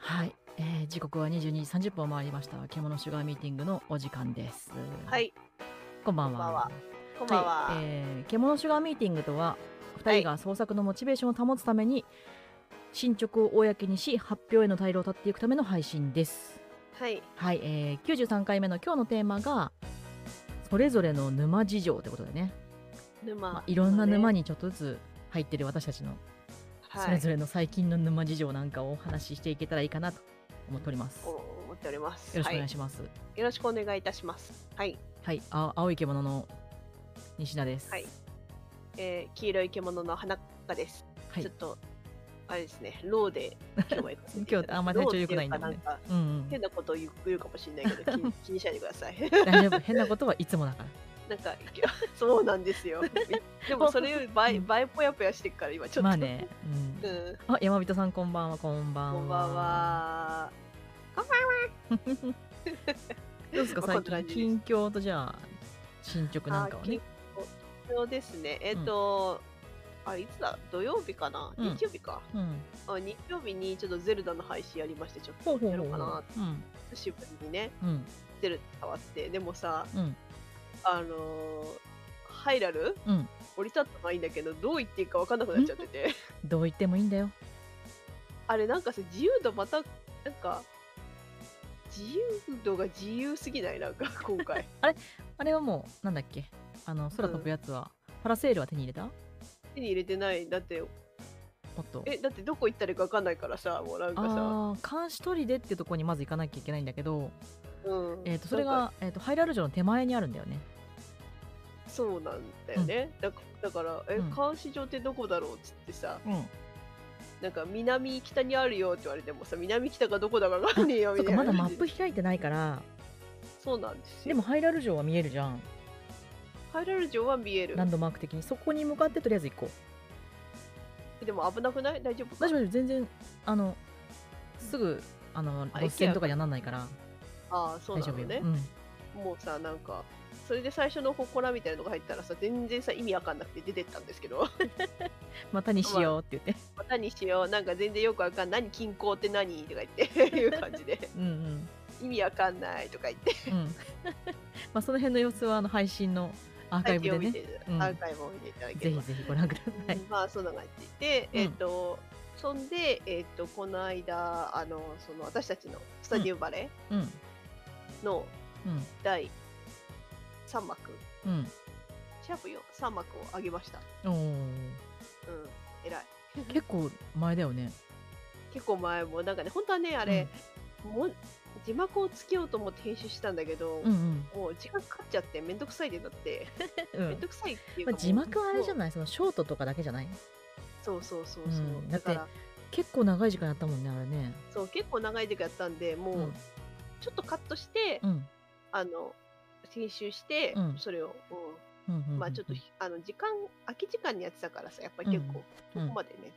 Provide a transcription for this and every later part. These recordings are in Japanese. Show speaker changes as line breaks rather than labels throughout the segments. はい、えー時刻は22時30分を回りました。獣シュガーミーティングのお時間です。
はい、
こんばんは。
こんばんはこんばんは。
い、えー獣シュガーミーティングとは、二人が創作のモチベーションを保つために、進捗を公にし、発表への退路を立っていくための配信です。
はい、
はい、えー、93回目の今日のテーマが、それぞれの沼事情ってことでね、
沼、
まあ、いろんな沼
に、
にちょっとずつ入ってる私たちの、
はい、
それぞれの最近の沼事情なんかをお話ししていけたらいいかなと思っております。よ
お思っております。
ろしくお願い
し
します。
ます。よろしくお願いいたします。はい、
はい、あ青い獣の西田です。
はいえー、黄色い獣の花香です。
はい
ちょっとあれですね、ローで今日はやらせていただ き
今日あんまり体調良くないんだもんね
ローっていうかなんか
うんうん、
変なことを言う言うかもしれな いけど、気に気にしないでくださ
大
い。
丈夫変なことはいつもだから。
なんか そうなんですよ。でもそれより倍倍ぽやぽやしてるから今ちょっと。
まあね、
う
うんん。。あ山人さんこんばんはこんばんは。
こんばん。は。
どうですか
まあこ
最
んな
近
感じです
近況とじゃあ進捗なんかをね。
あ。きそうですね。えっ、と、あいつだ土曜日かな、
うん
日曜日か
うん。
あ。日曜日にちょっとゼルダの配信やりまして、ちょっ
ほう
と
ほう
や
ほう
ろう
ほ
かな
う。。うん
久しぶりにね、
うん
ゼルダ変わって。でもさ、
うん
あのーハイラル
うん。
降り立ったのはいいんだけど、どう言っていいか分かんなくなっちゃってて。
どう言ってもいいんだよ。
あれなんかさ、自由度また、なんか、自由度が自由すぎないなんか、今回。
あれはもうなんだっけあの空飛ぶやつは、パラセールは手に入れた？
手に入れてない。だって、
おっと。
え、だってどこ行ったらいいか分かんないからさ、もうなんかさ。
ああ監視取りでってとこにまず行かなきゃいけないんだけど、
うん
えー、とそれ
なんか
が、えー、とハイラル城の手前にあるんだよね。
そうなんだよね、だかだからえ、
うん
監視場ってどこだろうっつってさ
うん、
なんか南北にあるよって言われてもさ南北がどこだかわかんねえよ
そ
み
ったか
いな
まだマップ開いてないから
そうなんですよ
でもハイラル城は見えるじゃん
入られる城は見える
ランドマーク的にそこに向かってとりあえず行こう
でも危なくない大丈夫か
大丈夫大丈夫全然あのすぐあの
あ
路線とかにはなんないから
ああそう
大
な
丈夫
の
よ、
ね
うん、
もうさなんかそれで最初の祠みたいなのが入ったらさ全然さ意味わかんなくて出てったんですけど
またにしようって言って、
またにしようなんか全然よくわかんない何近郊って何とか言っていう感 じで
うんうん
意味わかんないとか言って
うんまあその辺の様子はあの配信のアーカイブでね
見て、
うん
アーカイブを見ていただけ
ぜ
れ
ひ
ば
ぜひご覧ください、
まあそんな感じで、
うん
えっ、と、そんで、えっ、と、この間、あの、その私たちのスタジオバレ
うん
ーの
うん
第3幕、
うん
シャープ43幕を上げました。
おー
うん、偉い。
結構前だよね
結構前も、なんかね、本当はね、あれ、も字幕をつけようと思って編集したんだけど、
うんうん
もう時間かかっちゃって、めんどくさいでなって、
うん、
めんどくさいっていう
まあ、
かもう
字幕はあれじゃ
い
ないそのショートとかだけじゃない
そうそうそうそ
う
う。
んだ
だ
って
から、
結構長い時間やったもんねあれね
そう、結構長い時間やったんで、もう、
うん
ちょっとカットして、
うん
あの編集して、
うん
それを、
うんうんう
うんんまあちょっとひあの時間空き時間にやってたからさやっぱり結構、
うん
ここまでね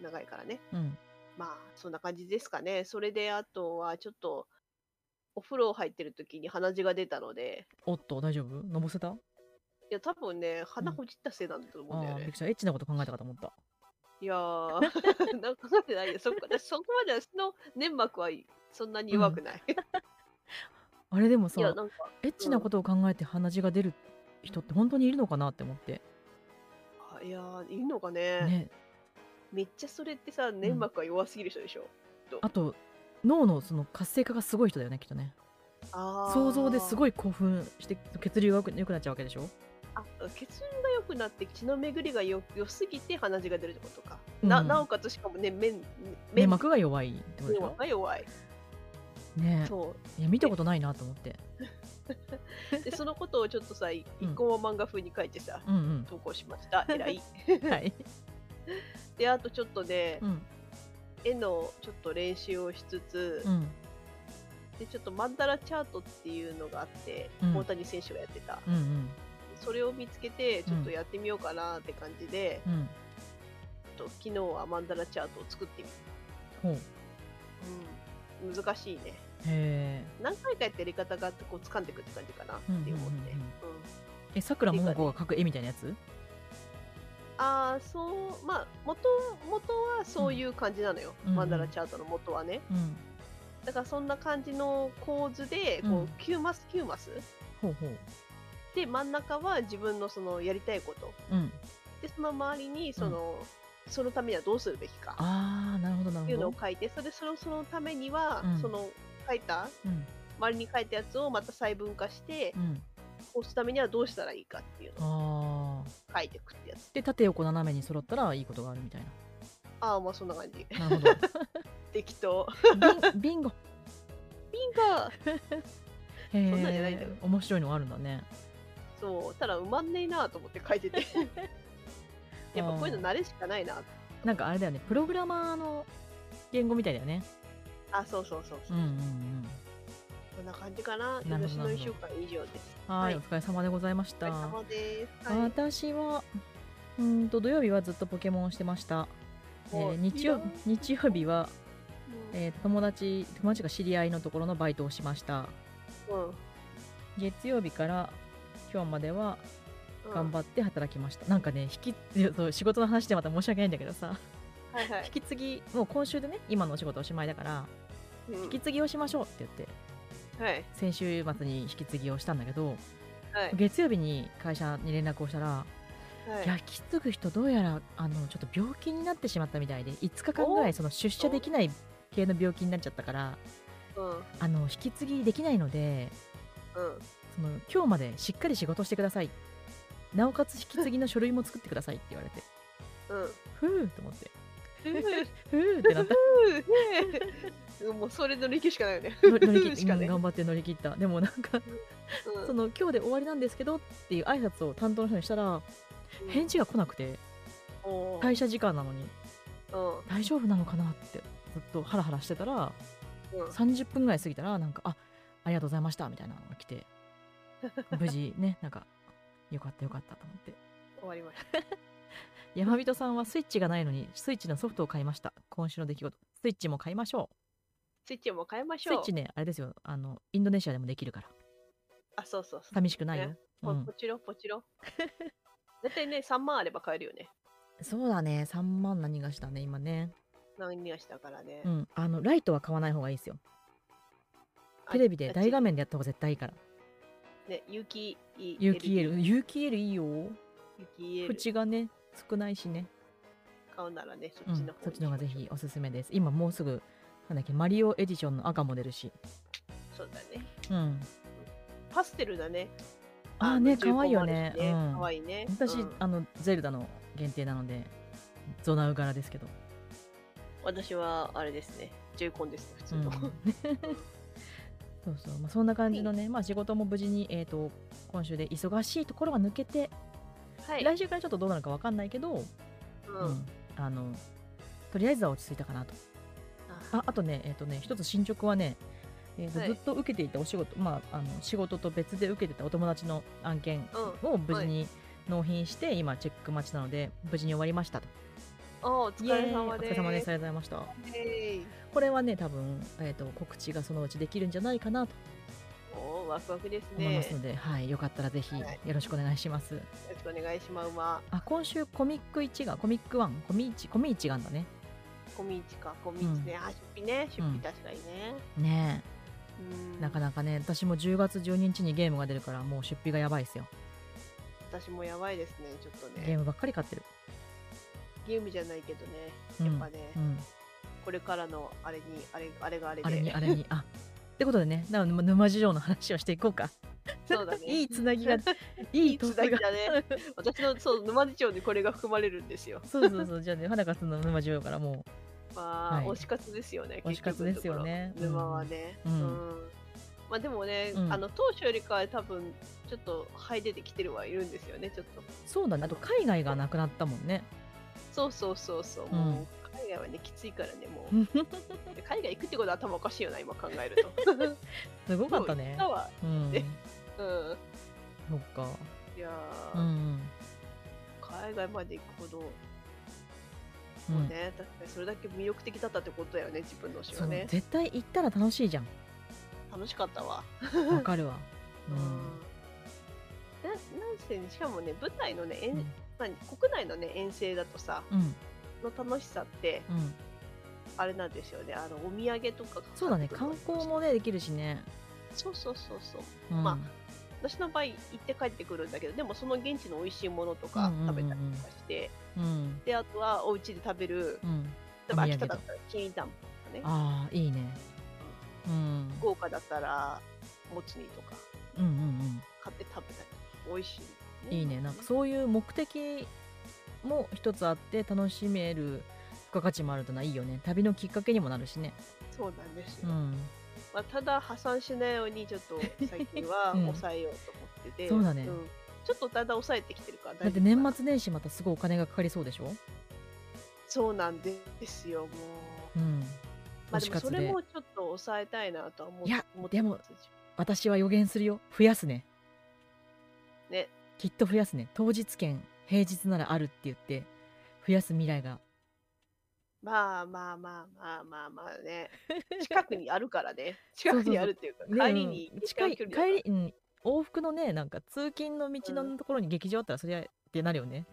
長長いからね
うん
まあそんな感じですかねそれであとはちょっとお風呂入ってる時に鼻血が出たので
おっと大丈夫のぼせた
いや多分ね鼻ほじったせいなんだと思うんだ
あ
よ
あびっく
ね
り、したエッチなこと考えたかと思った
いや ーなんか分かってないよそこ私そこまではその粘膜はそんなに弱くない、
あれでもさ
いやなんか
エッチなことを考えて鼻血が出る人って本当にいるのかなって思って
あいやーいいのかね
ね
めっちゃそれってさ粘膜が弱すぎる人でしょ、
あと脳のその活性化がすごい人だよねきっとね
あー
想像ですごい興奮して血流が良く良くなっちゃうわけでしょ
あ血流が良くなって血の巡りがよ良すぎて鼻血が出るってことか、
うん
ななおかつしかもね面
粘膜が弱いってことでしょ
が弱い
ね
そ
いや見たことないなと思って
うでそのことをちょっとさ一
うん
個も漫画風に書いてさ、
うん
投稿しました偉い
うんはい
であとちょっとね、
うん
絵のちょっと練習をしつつ、
うん
でちょっとマンダラチャートっていうのがあって、
うん
大谷選手がやってた
うんうん
それを見つけてちょっとやってみようかなって感じで、
うん
ちょっと昨日はマンダラチャートを作ってみ
ほう
た、うん、難しいね
へえ
何回かやってやり方があってこう掴んでいくって感じかなって思って、
うんうんうんうん
うん
えさくらももこが描く絵みたいなやつ
ああそうまあ元元はそういう感じなのよ、
うん
マンダラチャートの元はね
うん
だからそんな感じの構図で
う
こ
ん
う9マス9マス
ほうほう
で真ん中は自分のそのやりたいこと
うん
でその周りにその、そのためにはどうするべきか
ああなるほどな
ってい
る
う
ほ
のを
ど
書いてそれでそのそのためには、
うん
その書いた
うん
周りに書いたやつをまた細分化して
うん
こうすためにはどうしたらいいかっていうのを
ああ
書いていくってやつ
で縦横斜めに揃ったらいいことがあるみたい
ああまあそんな感じ
ななるほど
適当
ビンビンゴ
ピンが
へ
そんなんじゃないんだよ
え面白いのがあるんだね
そうただ埋まんねえなと思って書いて てやっぱこういうの慣れしかないな
なんかあれだよねプログラマーの言語みたいだよね
あそうそうそう
う
そ
ん
う、
うんうん
こんな感じかな
なるほど
私の1
な
週
る
間以上です
はい、
はい
お疲れ様でございまし
お
た
疲れ様です、はい
私はうーんと土曜日はずっとポケモンをしてました、えー
お
日曜
いいな
日曜日は、
うん
えー友達友達が知り合いのところのバイトをしました
うん
月曜日から今日までは
うん
頑張って働きました、なんかね引きいやそう仕事の話でまた申し訳ないんだけどさ、
はいはい
引き継ぎもう今週でね今のお仕事おしまいだから
うん
引き継ぎをしましょうって言って
はい
先週末に引き継ぎをしたんだけど
はい
月曜日に会社に連絡をしたら
はい
いや引き継ぐ人どうやらあのちょっと病気になってしまったみたいで5日間ぐらいその出社できない系の病気になっちゃったから
うんうん
あの引き継ぎできないのでその今日までしっかり仕事してくださいなおかつ引き継ぎの書類も作ってくださいって言われて
うん
ふうと思って
ふふ
ふうってなった
ふ もうそれ乗り切るしかないよね。
の乗り切っ
しかね
うん頑張って乗り切ったでもなんか
うん
その今日で終わりなんですけどっていう挨拶を担当の人にしたら返事が来なくて
おー
会社時間なのに
うん
大丈夫なのかなってずっとハラハラしてたら
うん
30分ぐらい過ぎたらなんか「あありがとうございました」みたいなのが来て無事ねなんかよかったよかったと思って
終わりました。
山人さんはスイッチがないのにスイッチのソフトを買いました今週の出来事スイッチも買いましょう
スイッチも変えまし
スイ
ょ
ッ
う
チ。ねあれですよあのインドネシアでもできるから
あ、そうそうそう。
寂しくないよ、
ね
う
ポ
ん
ポ、チロポチロ。 絶対ね、3万あれば買えるよね。
そうだね3万何がしたね今ね
何がしたからね
う。んあのライトは買わない方がいいですよ
あ
テレビで大画
面。
面でやった方が絶対いいから
ね、有機 E。
有機 EL 有機 EL いいよ
有機 EL。
口がね少ないしね
買うならね、そ
うん
っちの方にしましょう。
そっちの方がぜひおすすめです今もうすぐなんだっけマリオエディションの赤も出るし
そうだね。
うん
パステルだね。
あー
の
ね
重厚
可愛いよ
もあ
ね
るしね
うん
可愛いね。
私、
うん
あのゼルダの限定なのでゾナウ柄ですけど、
私はあれですね。ジョイコンですね、普通
うん
の。
そうそう、まあ、そんな感じのね、まあ、仕事も無事に、えー、と今週で忙しいところが抜けて、
はい。
来週からちょっとどうなるかわかんないけど、
う
うんんあのとりあえずは落ち着いたかなと
あ
ああとねえっ、とね一つ進捗はねえーと
はい
ずっと受けていたお仕事、まあ、あの仕事と別で受けてたお友達の案件を無事に納品して、今チェック待ちなので無事に終わりましたと
あお疲
イエ
れ様
ーイお疲
で
れ
す。
様ですありがとうございました
イエーイ
これはね多分、えー、と告知がそのうちできるんじゃないかなと
おーワクワクです
思いま
ね。
すので、はい、よかったらぜひ
は
よ
い
ろしくお願いします、
よろしくお願いします。ま
あ今週コミック1がコミック1コミ1コミ1があんだね
コミチか、コミチね、あ、出費ね、出
うん
費確かにね。
ね
うん
えなかなかね私も10月12日にゲームが出るからもう出費がやばいですよ
私もやばいですね、ちょっと
ゲー
ね。
ムばっかり買ってる
ゲームじゃないけどね、
うん
やっぱね、
うん
これからのあれに、あれ、あれがあれで。
あれにあ れにあってことでねなので沼事情の話をしていこう か
そうだね。
いいつなぎが
い
い
い
い
つ
つな
なぎ
ぎが
だね。 私の、そう、沼津町にこれが含まれるんですよ。
そうそうそうじゃあね花香さんの沼事情からも
まあ、
はい
推し活ですよね。
推し活ですよね
結局のところ沼はね。
うん
うんまあでもね、
うん
あの当初よりかは多分ちょっと這い出てきてるはいるんですよねちょっと
うそうだねあと海外がなくなったもんね
そうそうそうそう、
うん
もう海外はねきついからねもうで海外行くってことは頭おかしいよな今考えると
すごかったね
もう行ったわ
うん
ねうん
そっか
いやー、
うん
海外まで行くほど、
う
もうんね確かにそれだけ魅力的だったってことだよね自分の推し
そ
は
う
ね
絶対行ったら楽 しいじゃん
楽しかったわ
わかるわ、うん、
ななんせねしかもね舞台のね、えん
うん
まあ、国内のね遠征だとさ
うん
の楽しさって
うん
あれなんですよねあのお土産とかが
そうだね
買っ
観
てくる
光もねできるしね、
そうそうそうそう
うん、
ま私の場合行って帰ってくるんだけどでもその現地の美味しいものと
う
か
んうんうんうん
食べたりとかして、
うん
であとはお家で食べる
うん
例えば
お土産
秋
と
田だったらきんたんぽとかね
ああいいねうん
福岡だったらもつ煮とか
うんうん
買って食べたりとか美味しい、
うんいいねなんかそういう目的も一つあって楽しめる付加価値もあるとないいよね旅のきっかけにもなるしね
そうなんです
う
よ、
ん
まあ、ただ破産しないようにちょっと最近は
うん
抑えようと思ってて、
そうだね
んちょっとだんだん抑えてきてるから
だって年末年始またすごいお金がかかりそうでしょ
そうなんですよもう、
うん
ま
推
あで
し
もそ
活
れ
で
もちょっと抑えたいなとは思って
いや
思って
でも
ます
私は予言するよ増やすね
ね
きっと増やすね当日券平日ならあるって言って増やす未来が
まあまあまあまあまあまあね近くにあるからね近くにあるっていうか
ね
帰りに
うん
一
近
番
い
距
帰
離だから
り、うん、往復のねなんか通勤の道
う
のところに劇場あったらそりゃってなるよね、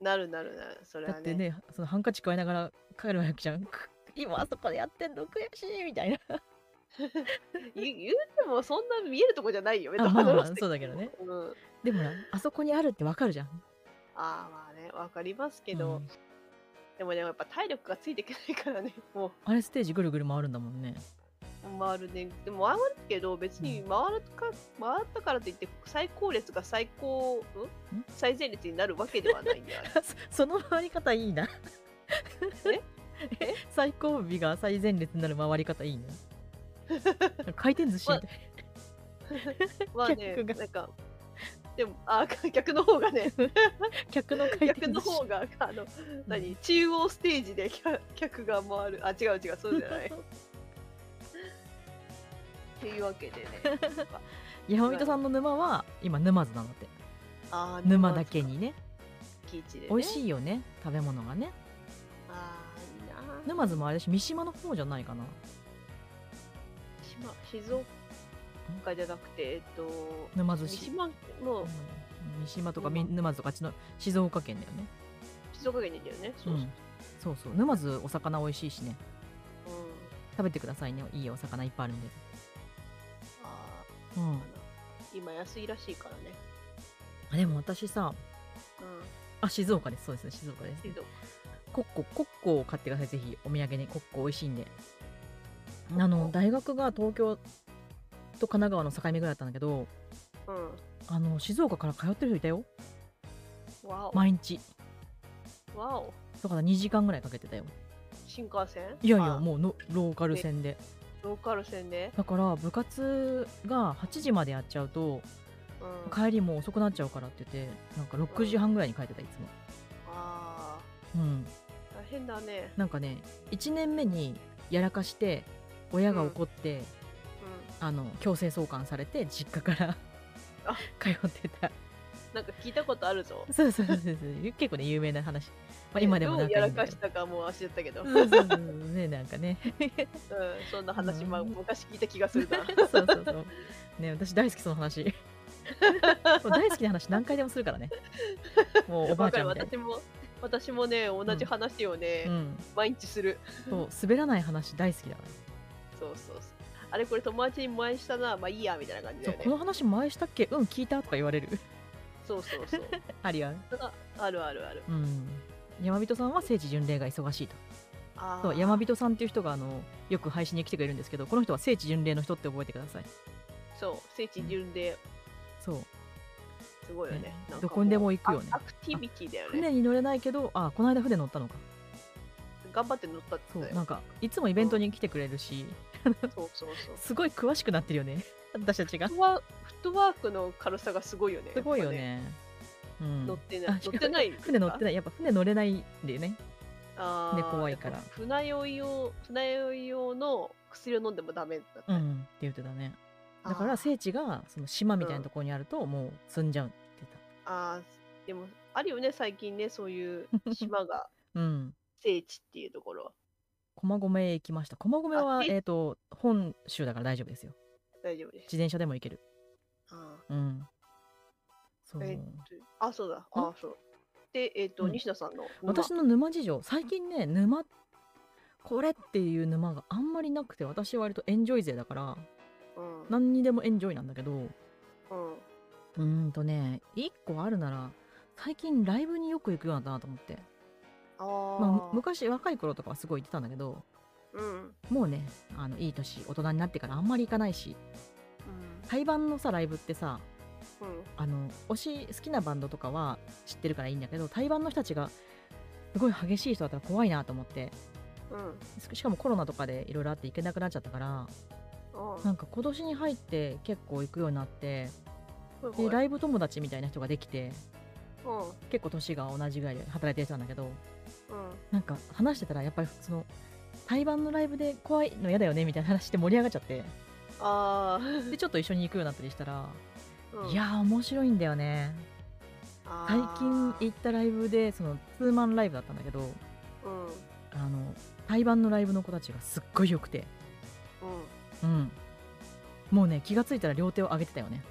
なるなるなるそれ
だ
は
って
ね
ねそのハンカチ加えながら帰るわけじ ゃんく今あそこでやってんの悔しいみたいな
言う言うてもそんな見えるとこじゃないよ
あまあまあ
メタバース
そうだけどね
うん、
でもなあそこにあるってわかるじゃん
ああまあねわかりますけ
う
ど、
ん
でもねやっぱ体力がついていけないからね も
あれステージぐるぐる回るんだもんね
う回るねでも回るけど別に回るか回ったからといって最高列が最高ん
ん
最前列になるわけではな いんだよ
そその回り方いいなえ 最後尾が最前列になる回り方いい ね回転寿司みたい
まあね
客が
なんかでもあー 逆の方 がね
客の回転
逆
寿
の
司
方があの
うん
何中央ステージで客客が回るあ違う違うそうじゃ ないっていうわ けでね
山本さんの沼は今沼津なのって
あー
沼だけにね
月一で、ね、
美味しいよね食べ物がね
あーいいなー
沼津もあれだし三島の方じゃないかな
島静岡じゃなくて、えっと、
沼津
三
市、
島
う
の
ん三島とかみ
沼
沼津とかあっちの静岡県だよね
静岡県にいるよね。そうそう。
んそうそう沼津お魚美味しいしね
うん。
食べてくださいねいいお魚いっぱいあるんで、
あー
うん、
今安いらしいからね。
あでも私さ
う
あ静岡ですそうですね静岡です
ん。静岡
コッココッコを買ってくださいぜひお土産にコッコ美味しいんであの大学が東京と神奈川の境目ぐらいだったんだけど
う
あの静岡から通ってる人いたよ
ん。わ
毎日
お。わお。
だから2時間ぐらいかけてたよ
新幹線
いやい
あ
やもうのローカル線で
ローカル線で。
だから部活が8時までやっちゃうと
うん。
帰りも遅くなっちゃうからって言ってなんか6時半ぐらいに帰ってたいつ
あ
もうん
ー大変だね。
なんかね1年目にやらかして親が怒って、
うん。
あの強制送還されて実家から
あ
通ってた
なんか聞いたことあるぞ。
そうそうそうそう 結構ね有名な話、まあ、今でも
ど
仲
う
いい
やら
んだ
か
け
し
ど
たかもう忘れたけど。うん。
そうそうそうそうねなんかね
そんな話、まあ
うん
昔聞いた気がするな。
そうそうそうね私大好きその話もう大好きな話何回でもするからねもう おばあちゃんみ
わ
た
か
い
る私も、私もね、同じ話をね、
な、うん、
毎日する。
そう滑らない話大好きだから
そうそうそう。あれこれ友達に前したな、まあいいやみたいな感じ
そ
だ
う
よね
こ。の話前したっけうん聞いたとか言われる
そうそうそう。
ありある
ああるあるある。
うん山人さんは聖地巡礼が忙しいと
あー
そう山人さんっていう人があのよく配信に来てくれるんですけどこの人は聖地巡礼の人って覚えてください
そう、聖地巡礼、
そう
すごいよね
ね。
なんかう
どこにでも行くよね
あアクティビティだよね。
船に乗れないけどあこの間船乗ったのか
頑張って乗ったって
そ
言っ
う
てた
な
よ。
んかいつもイベントに来てくれるし
そうそうそう。
すごい詳しくなってるよね 私たちが
フットワフットワークの軽さがすごいよね。
すごいよ
やっ
ねう
ぱね。
ん
乗って
あ
ない。乗ってない。
船乗って
ない。
ないやっぱ船乗れないんだよね
あー
で怖いから
船酔い用、船酔い用の薬を飲んでもダメだった
う
ね。
んって言ってたねだか
あ
ら
ー
聖地がその島みたいなところにあるともう積んじゃうって言って
あーでも、あるよね、最近ね、そういう 島が
たうん
聖地っていうところは
駒込へ行きました駒込は
あえ
えっ、と本州だから大丈夫ですよ
大丈夫です。
自転車でも行ける
あー
うんそう
えあ、そうだ。あ、そう。で、えっ、と、
うん
西野さんの沼。
私の沼事情最近ね沼これっていう沼があんまりなくて私は割とエンジョイ勢だから
うん。うん。
何にでもエンジョイなんだけどうーんとね一個あるなら最近ライブによく行くようになったなと思って、
あ
まあむ
ー、
昔若い頃とかはすごい行ってたんだけど
うん。うん。
もうねあのいい年大人になってからあんまり行かないし対バンのさライブってさ
うん。
あの推し好きなバンドとかは知ってるからいいんだけど対バンの人たちがすごい激しい人だったら怖いなと思って
うん。
ししかもコロナとかでいろいろあって行けなくなっちゃったから
う。
なんんか今年に入って結構行くようになって
はい
で
はい
ライブ友達みたいな人ができて
うん。うん。
結構年が同じぐらいで働いてる人なんだけどなんか話してたらやっぱりその対バンのライブで怖いの嫌だよねみたいな話で盛り上がっちゃって
あ
でちょっと一緒に行くようになったりしたら、
ー、 うん
いやー面白いんだよね最近行っ、たライブでそのツーマンライブだったんだけど
あーうん。うん。
あの対バンのライブの子たちがすっごい良くてうんもうね気がついたら両手を上げてたよね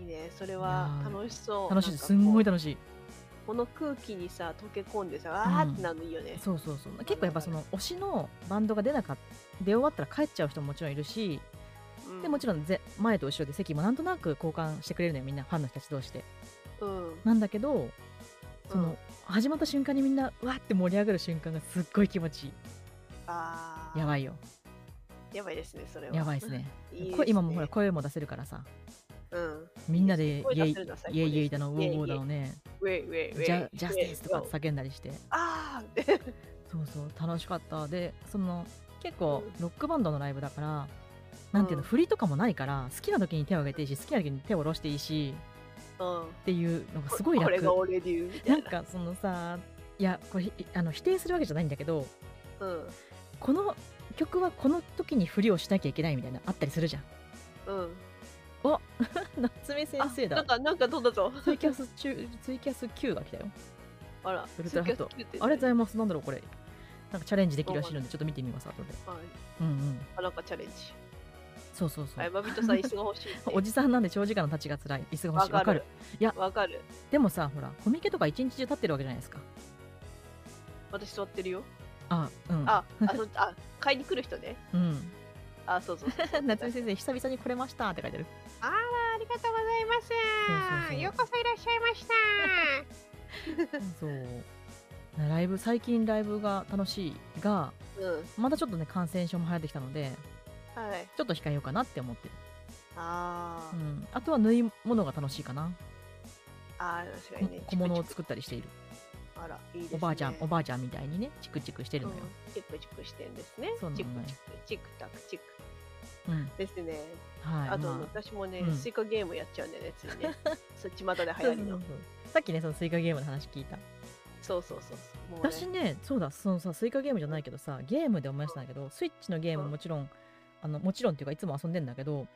いいね、それはい
やー
楽しそう。
楽しい
なか
すんごい
こ
楽しいう
この空気にさ、溶け込んでさ、わーってなるのいいよね。
そうそうそう結構やっぱその推しのバンドが出なかった出終わったら帰っちゃう人ももちろんいるしでもちろんぜ前と後ろで席もなんとなく交換してくれるのよみんなファンの人たち同士で
ろん。うん。
なんだけどその、
うん
始まった瞬間にみんなわーって盛り上がる瞬間がすっごい気持ちい
あ
いや
あ、
ばいよ
やばいですね、それは。
やばいです。ね
いいですね
こ今もほら声も出せるからさ
うん。
みんなで
声
イエイ
出せるのは最高
イエイイエイ
で
だ
す
の
ね
ウォーウォーだのね
ウェイウェイウェイ。
ジャジャスティス
ウェイ
とか叫んだりして
ああで、
そうそう楽しかったでその結構
うん
ロックバンドのライブだから、なんていうの
うん
振りとかもないから好きな時に手を挙げていいし好きな時に手を下ろしていいし
うん。
っていうのがすごい
これが
楽
俺流みた
ないん
な。
かそのさいやこれひあの否定するわけじゃないんだけど
うん。
この曲はこの時に振りをしなきゃいけないみたいなあったりするじゃん
うん。
夏目先
あ
生
な
だ
んか、なんかどうだぞ。
ツイキャス中ツイキャス Q が来たよ
あら、
ウルトラハット
ツイキャス切れてる
ありがとうございますなんだろうこれなんかチャレンジできるらしいのでちょっと見てみます後で
はい。
うんうん
あ、なんかチャレンジ。
そうそうそ
あ、
う
バビットさん、椅子が欲しいって。
おじさんなんで長時間の立ちが辛い椅子が欲しいわか
わか
る
る
いや
わかる。
でもさほらコミケとか一日中立ってるわけじゃないですか
私座ってるよ。
あうん
あ、 あ、そあ、買いに来る人ね。
うん
あ、そ うそうそうそう。
夏目先生久々に来れましたって書いてある
ありがとうございます。
そうそう
ようこそいらっしゃいま した。
そうライブ最近ライブが楽しいが
うん。
またちょっとね感染症も流行ってきたので
はい。
ちょっと控えようかなって思ってる、
あ
う
ー、
ん、あとは縫い物が楽しいかな
あー、確かにね。
小物を
チクチ
作ったりしている
クあら、いいですね。
おばあちゃんおばあちゃんみたいにねチクチクしてるのよ、
うんチクチクしてんですね。
そうなの
チク
よ
チク、チクタク、チク。
うん
ですね。
はい
あと、
ま
私もね
うん、
スイカゲームやっちゃうんだよね、つい ね。そっちまたで
あ
流行り
そう
の
そう。そうさっきねそのスイカゲームの話聞いた
そうそうそうそう。もうね
私ねそうだそのさスイカゲームじゃないけどさゲームで思い出したんだけどスイッチのゲーム
うん
もちろん、あのもちろんっていうかいつも遊んでんだけど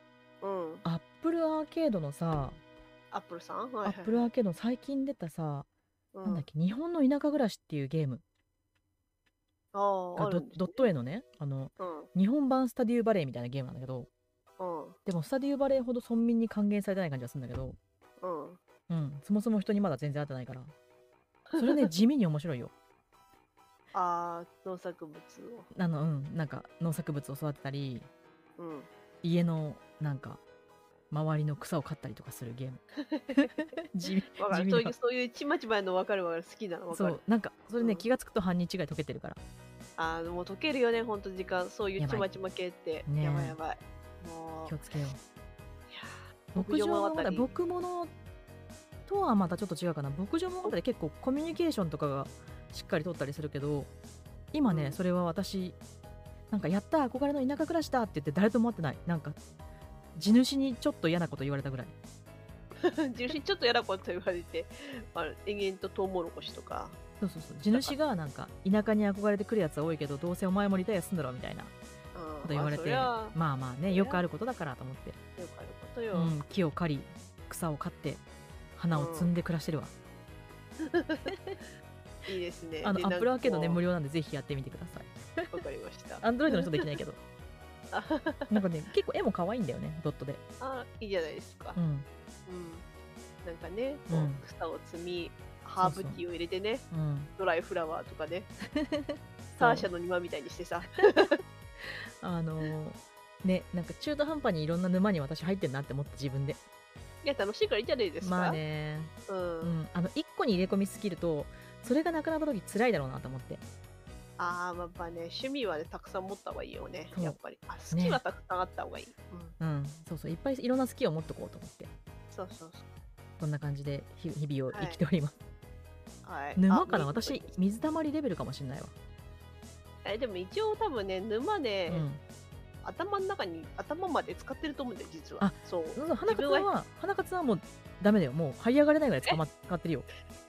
うん。
アップルアーケードのさ
アップルさん
ア
はいはい
ップルアーケードの最近出たさ、
うん
なんだっけ日本の田舎暮らしっていうゲーム
あー
が
あ
ド
るんです
ド
ね
ット絵のねあの日本版スタデューバレーみたいなゲームなんだけど
うん。
でもスタデューバレーほど村民に還元されてない感じがするんだけど、
うん。うん。
うん、そもそも人にまだ全然会ってないからそれね地味に面白いよ
ああ、農作物を。
あのうんなんか農作物を育てたり
うん。
家のなんか周りの草を刈ったりとかする ゲーム地味
わか
地味な
る。そういう、そういうちまちまやのわかるわかる。好きなのわ
そ
かる
う。なんかそれね、
うん
気がつくと半日ぐらい溶けてるから
ああ、もう溶けるよね、ほんと時間。そういう
やば
ち
い
まちま系って。
ねえ
やばいやばい。も
気を
う、
つけよう
いや
牧場物語
牧場物語
牧物とはまたちょっと違うかな牧場物語結構コミュニケーションとかがしっかり取ったりするけど今ね、
うん
それは私なんかやったー憧れの田舎暮らしだって言って誰とも会ってないなんか地主にちょっと嫌なこと言われたぐらい
ー 重心ちょっとやらこと言われて、あの延々とトウモロコシとか。
そうそうそう地主がなんか田舎に憧れてくるやつは多いけどどうせお前もリタイアすんだろみたいな
うん
こと言われて
まあ、
まあまあね
りゃ
よくあることだからと思って、
それはよくあることよ。
うん、木を刈り草を刈って花を摘んで暮らしてるわ、
いいですね。
あのアップルアーケードね無
理。
料なんでぜひやってみてください
わかりました。
アンドロイドの人できないけど
あ
なんかね結構絵も可愛いんだよねドットで
あ、いいじゃないです か
う。ん
うん。なんかね、こう
うん
草を摘み、ハーブティーを入れてね、
うん、
ドライフラワーと かね、
そ
サ
う
ーシャの庭みたいにしてさ、
あのーねなんか中途半端にいろんな沼に私入ってんなって思って自分で
いや、楽しいからいいじゃないですか。
まあね、
う、
うんん、あの1個に入れ込みすぎるとそれがなくなった時辛いだろうなと思って
ああ、まあね、趣味はね、たくさん持った方がいいよね、
そう
やっぱり。あ好きはたくさんあった方がいい。うん、
うんそうそういっぱいいろんな好きを持っとこうと思って
そうそうそ
こんな感じで日日々を
はい
生きております、
う。はい。
沼から
あ
私
水
水たまりレベルかもしれないわ、
えでも一応多分ね、沼で、
うん、
頭の中に、頭まで使ってると思うんだよ、実は
あ。
そう。
そうそう花
自
勝
分は
さんは花勝さんはもうダメだよもう這い上がれないぐらい捕まって るよ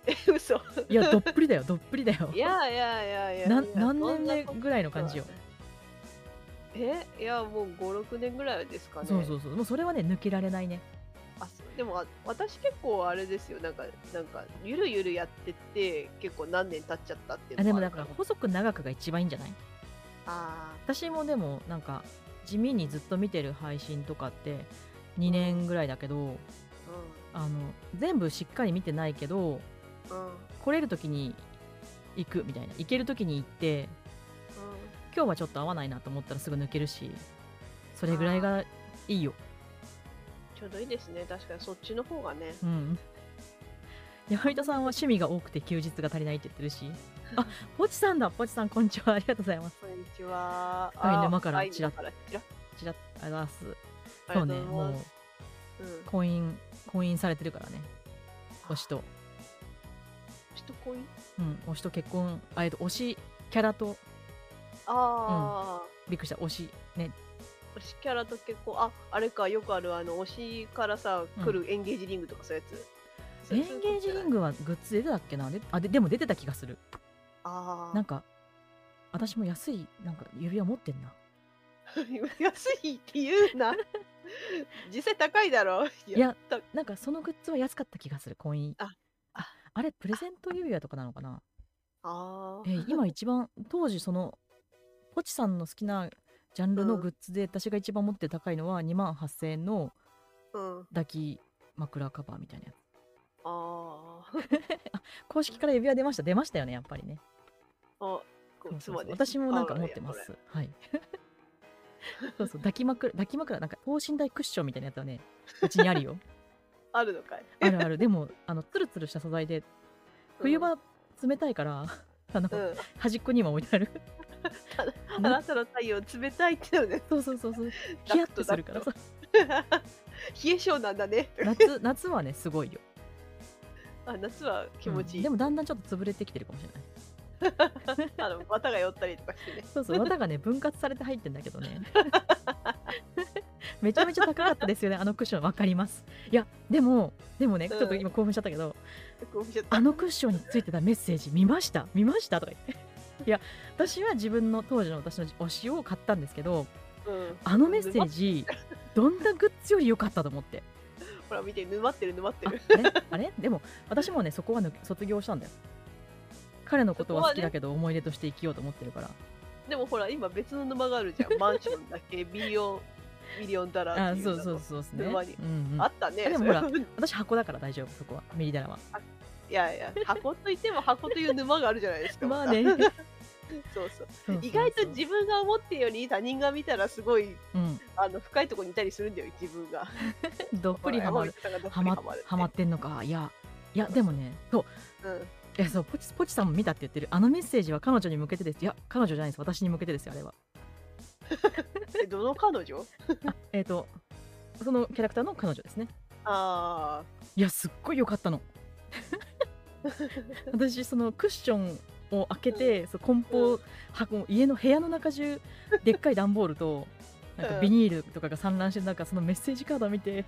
え、 嘘。
いやどっぷりだよどっぷりだよ
いやいやいやいやいや。
なん
そん
何
な
年目ぐらいの感じよ
えいやもう56年ぐらいですかね
そうそうそうもうそれはね抜けられないね
あそうでもあ私結構あれですよなんかなんかゆるゆるやってて結構何年経っちゃったっていう
あで
の
も
も
だ
ある
から細く長くが一番いいんじゃない
あ
私もでもなんか地味にずっと見てる配信とかって2年ぐらいだけど、あの全部しっかり見てないけど
ーうんうんうん
来れる時に行くみたいな行ける時に行って今日はちょっと合わないなと思ったらすぐ抜けるしそれぐらいがいいよ
ちょうどいいですね確かにそっちの方がね
うん 柳田さんは趣味が多くて休日が足りないって言ってるしあポチさんだポチさんこんにちはありがとうございます
こんにちは
深い沼から
あ深い
ちらっ
沼からちらっ
ちらっありがとうございます
あり
そう
がと
ね
うご
も
ざいうますうん
婚姻婚姻されてるからね推しと
推しと恋
うん、推しと結婚、あえっと、推しキャラと、
ああ、
びっくりした、推し、ね、
推しキャラと結構ああれかよくあるあの推しからさ
うん
来るエンゲージリングとかそういうやつ、
エンゲージリン
グ
グはグッズ出てたっけな、であででも出てた気がする。
ああ
なんか、私も安い、なんか指輪持ってんな。
安いって言うな。 実際高いだろ。い
いや
た
なんか、そのグッズは安かった気がする、婚姻。
あ
ああれ、プレゼント指輪とかなのかな。
あー
え今一番、当時、その、ポチさんの好きなジャンルのグッズで、私が一番持ってる高いのは、2万8000円の
うん。
抱き枕カバーみたいなやつ。
あ
公式から指輪出ました、出ましたよね、やっぱりね。
ーあ。こ
そう
つ
そう
ま
そう
り
私もなんか持ってま。す。はい。 そうそう、抱き枕、抱き枕、なんか等身大クッションみたいなやつはね、うちにある よ。
あるのかい。
あるある。でも、あの、ツルツルした素材で、冬場冷たいから、 あの、
うん。
端っこにも置いてある。
あなたの太陽冷たいってのね。
そうそうそうそう。ヒヤッとするから
ダ
さ。
冷え性なんだね。
夏、 夏はね、すごいよ。
あ夏は 気持ちい
うん
い。
でも、だんだんちょっと潰れてきてるかもしれない。
あの綿が寄ったりとかしてね。
そう そう、綿がね、分割されて入ってんだけどね。 めちゃめちゃ高かったですよね、あのクッション、わかります。いや、でも、でもね、ちょっと今興奮しちゃったけど、
こう見ちゃった
あのクッションについてたメッセージ見ました見ましたとか言って。いや、私は自分の当時の私の推しを買ったんですけど、
うん。
あのメッセージ、どんなグッズより良かったと思って。
ほら見て沼ってる沼って
あ
る。
あれあれ でも、私もね、そこは抜け卒業したんだよ。彼のことは好きだけど、思い出として生きようと思ってるから。
でもほら今別の沼がある じゃん。マンションだっけビリオンミリオンダラー
あ
っていう
そう
の
そうそうですね。
沼に
うんうん
あったね。
あでもほら
それ
私、箱だから大丈夫、そこは。ミリダラは。
いやいや、箱といっても箱という沼があるじゃないですか。
まあ
た
ね。。 そうそ
そうそう。
うそう
意外と自分が思ってるより他人が見たらすごい
うん。
あの深いところにいたりするんだよ、自分が。
どっぷりハマる。
ほら。山口さ
ハ
んが
マ
どっぷりハマる。
ハマってんのか。いや、いや、でもね、そう。
うん。
いやそうポチポチさんも見たって言ってるあのメッセージは彼女に向けてですいや彼女じゃないです私に向けてですよあれは
え、どの彼女
えっ、とそのキャラクターの彼女ですね
あ
いやすっごい良か ったの私そのクッションを開けてそう梱包箱も家の部屋の中中でっかい段ボールとなんかビニールとかが散乱してる中そのメッセージカードを見て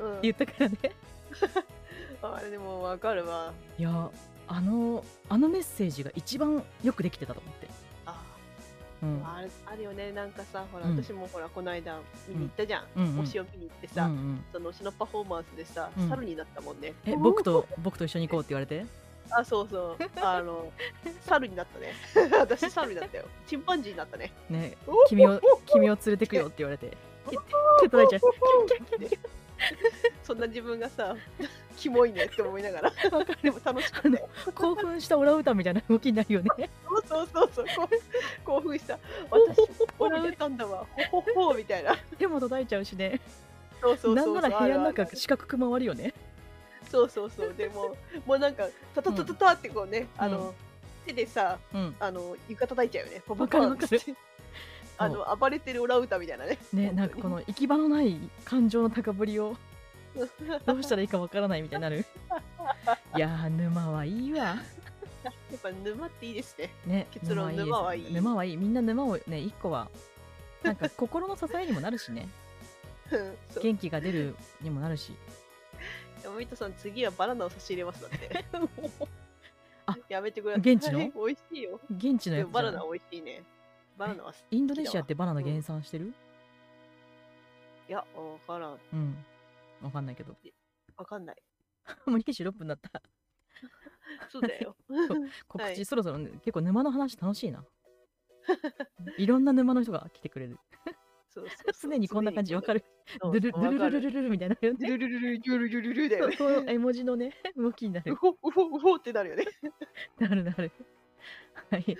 あ。うん
言ったからね
あれでもわかるわ。
いやあのあのメッセージが一番よくできてたと思って、
あ
うん、
あれあるよね、なんかさ、ほら、
うん
私もほら、この間見に行ったじゃん。
うんうん
推しを見に行ってさ、
うんうん
その推しのパフォーマンスでさ、
うん
猿になったもんね。
え僕と僕と一緒に行こうって言われて
あ、そうそう。あの、猿になったね。私、猿になったよ。チンパンジーになったね。
ね
お
君を君を連れてくよって言われて手叩いちゃうキャンキャンキャンキャン
そんな自分がさ、キモいねって思いながら、
わか
で
る
も楽しかったよ。
興奮したオラウータンみたいな動きになるよね
そうそうそうそう、こう興奮した。私、オランウータンだわ、ほほほみたいな。
手も叩いちゃうしね
そうそうそうそう。
なんなら部屋の
あるあ
中
る
四角く回るよね
そうそうそう。でも、もうなんか、タタタタタってこうね、あ
うん
の、手でさ、
うん
あの床叩いちゃうよね。ポンポン
わかるわ
ポン
か
って
る
あの暴れてるオランウータンみたいなね。
ねなんかこの行き場のない感情の高ぶ りをどうしたらいいかわからないみたいになるいやー沼はいいわ
やっぱ沼っていいですね。
ね
結論沼はいい
です沼はいいみんな沼をね一個はなんか心の支えにもなるしね
うん そう。
元気が出るにもなるし
山本さん、次はバナナを差し入れますだって。
あ
やめてください。
現地の
美味しいよ。
現地の
で
やつ
も
じ
バ
ゃな
ナ
い
ナ美味しいね。バナナは好きだわ
インドネシアってバナナ原産してる
いや、わからん。
うんわかんないけど
わかんない。
もう26分だった
そうだよ。
告知、
はい
そろそろ、ね、結構沼の話楽し いないろんな沼の人が来てくれる
そうそうそう
常にこんな感じわかるド
そう
ゥルドゥル
わか
ルルルルルみたいなよね
ドゥルルルルルルルルルだ
そ
よ
うこ
ね。
の絵文字のね動きにな
う
る
ほうほうほってなるよね。
なるなるはい
とい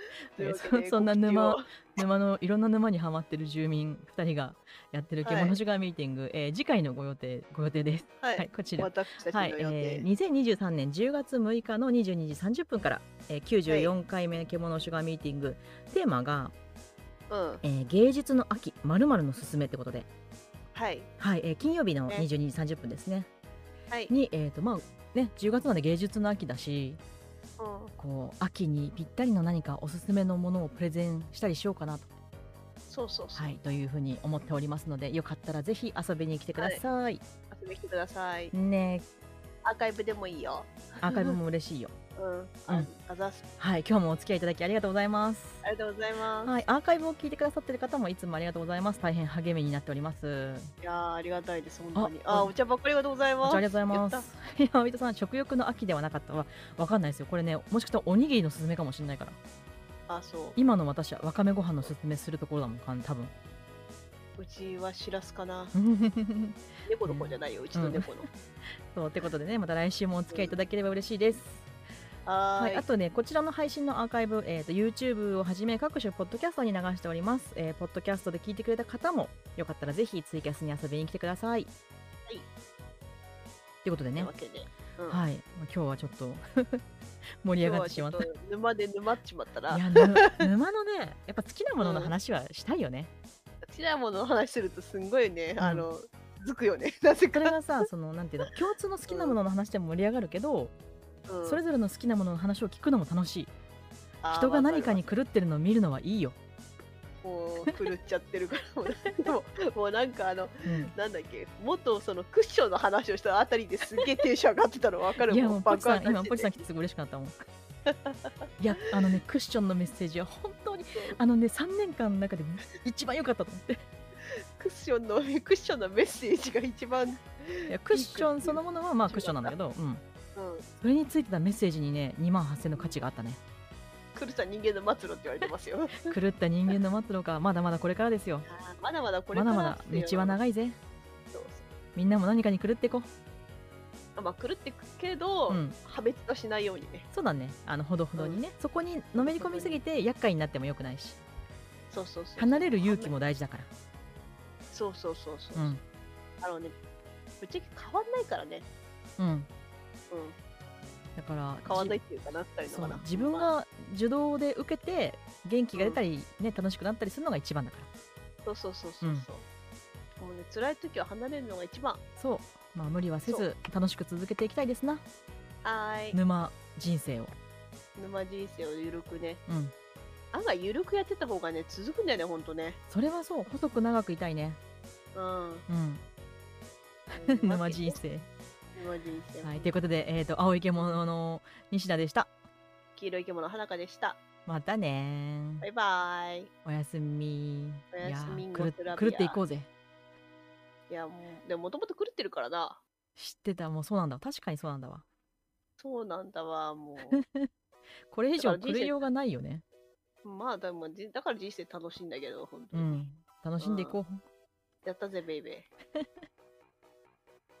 うわけ
そ
で
そんな
告知を
沼沼のいろんな沼にはまってる住民2人がやってる
はい
獣シュガーミーティング、えー次回のご予定ご予定です、
は
はい
い。
こちら
私たち
は
の
い、
予
えー、
定。
2023年10月6日の22時30分から、えー、94回目獣シュガーミーティング、テーマが、
うん。
えー芸術の秋まるのすすめってことで、
はい。
はいえー金曜日の
ね
22時30分ですね
はい。
に、えーとまあね、10月なんで芸術の秋だし
うん
こう秋にぴったりの何かおすすめのものをプレゼンしたりしようかなと,、
そうそうそう。
はい、というふうに思っておりますのでよかったらぜひ遊びに来てください、
遊びに来てください。
ね
アーカイブでもいいよ。
アーカイブも嬉しいよ
うん。ああざっす。
はい今日もお付き合いいただきありがとうございます
ありがとうございます。
はいアーカイブを聞いてくださってる方もいつもありがとうございます大変励みになっております
いやーありがたいです本当に。
あ
あーお茶ばっかりありがとうござい
お
ます。
茶ありがとうござ いま
言っ
す山本さん食欲の秋ではなかったわわかんないですよこれねもしかしたらおにぎりのすすめかもしれないから
た。あそう。
今の私はわかめご飯のすすめするところだもんかん多 分
うちはしらすかな。猫の子じゃないよ、うちの猫の。
そうということでねまた来週もお付き合いいただければ嬉しいです、
は
は
ー
い、
い。
あとねこちらの配信のアーカイブ、えー、と YouTube をはじめ各種ポッドキャストに流しております、えー、ポッドキャストで聞いてくれた方もよかったらぜひツイキャスに遊びに来てください
はい
ということで
とい
ね
うわけで。うん
はいまあ今日はちょっと 盛り上
今日
がっ
は
てし
ち
ま
ょ
っ
ったと沼で沼っちまったら
いやぬ沼のねやっぱ好きなものの話はしたいよね、
好きなものの話するとすんごいね、
うん
あのづくよね なぜ
そ
か
れが さそのなんていうの共通の好きなものの話でも盛り上がるけど、それ
ぞ
ぞれの好きなものの話を聞くのも楽しい人が何かに狂ってるのを見るのはいいよ、
もう狂っちゃってるからもうでももうなんかあの
うん
なんだっけ元そのクッションの話をしたあたりですげえテンション上がってたの分かる
いや
も
も
う
うポチ
爆
さ
発
ん今
し
ポ
て
チさん
て
来てすごい嬉しかったもんいやあのねクッションのメッセージは本当に
そう
あのね3年間の中で一番良かったと思 って
クッションのクッションのメッセージが一番、
いやクッションそのものはまあクッションなんだけど、うん、
うん、
それについてたメッセージにね2万8000の価値があ ったね
狂った人間の末路って言われてま すよ
狂った人間の末路かまだまだこれからですよ
あーまだまだこれ
ま
か
だ
ら
まだ道は長
い
いぜみんなも何かに狂っていこう
まあ狂ってくけど、
うん
破滅はしないようにね
そうだねあのほどほどにね、そこにのめり込みすぎて厄介になってもよくないし
そうそうそう
離れる勇気も大事だから
そうそうそうそう
う
そう、
ん
あのね、ぶっちゃけ変わんないからね。
うん
うん、
だから
変わんないっていうかな、二
じ
人
そ
のか
う
な。
自分
まあ、
が受動で受けて元気が出たり、ね楽しくなったりするのが一番だか
そうそうそうそうそう。もうね、辛い時は離れるのが一番。
らそうまあ無理はせ
そ
ず楽しく続けていきたいですな
はーい。
沼人生を
沼人生をゆるくね。
うん
案外ゆるくやってた方がね、続くんだよね、ほんとね。
それはそう細く長くいたいね
うん。
うん 沼人。生
沼人生。
はいということでえっ、と青い獣の西田でした
黄色い獣の花香でした。
またねー
バイバーイ。
おやすみ
おやすみ
いやー
ゴ
狂
スラ
っ
ビア
狂っていこうぜ
いや、もう、でも、もともと狂ってるからな。
知ってたもうそうなんだわ確かにそうなんだわ
そうなんだわ、もう。
これ以上
だから人
狂
生
いようがないよね
まあ、でも、じだから人生楽しいんだけど、ほんと
う
に。
ん楽しんでいこう、
やったぜ、ベイベー。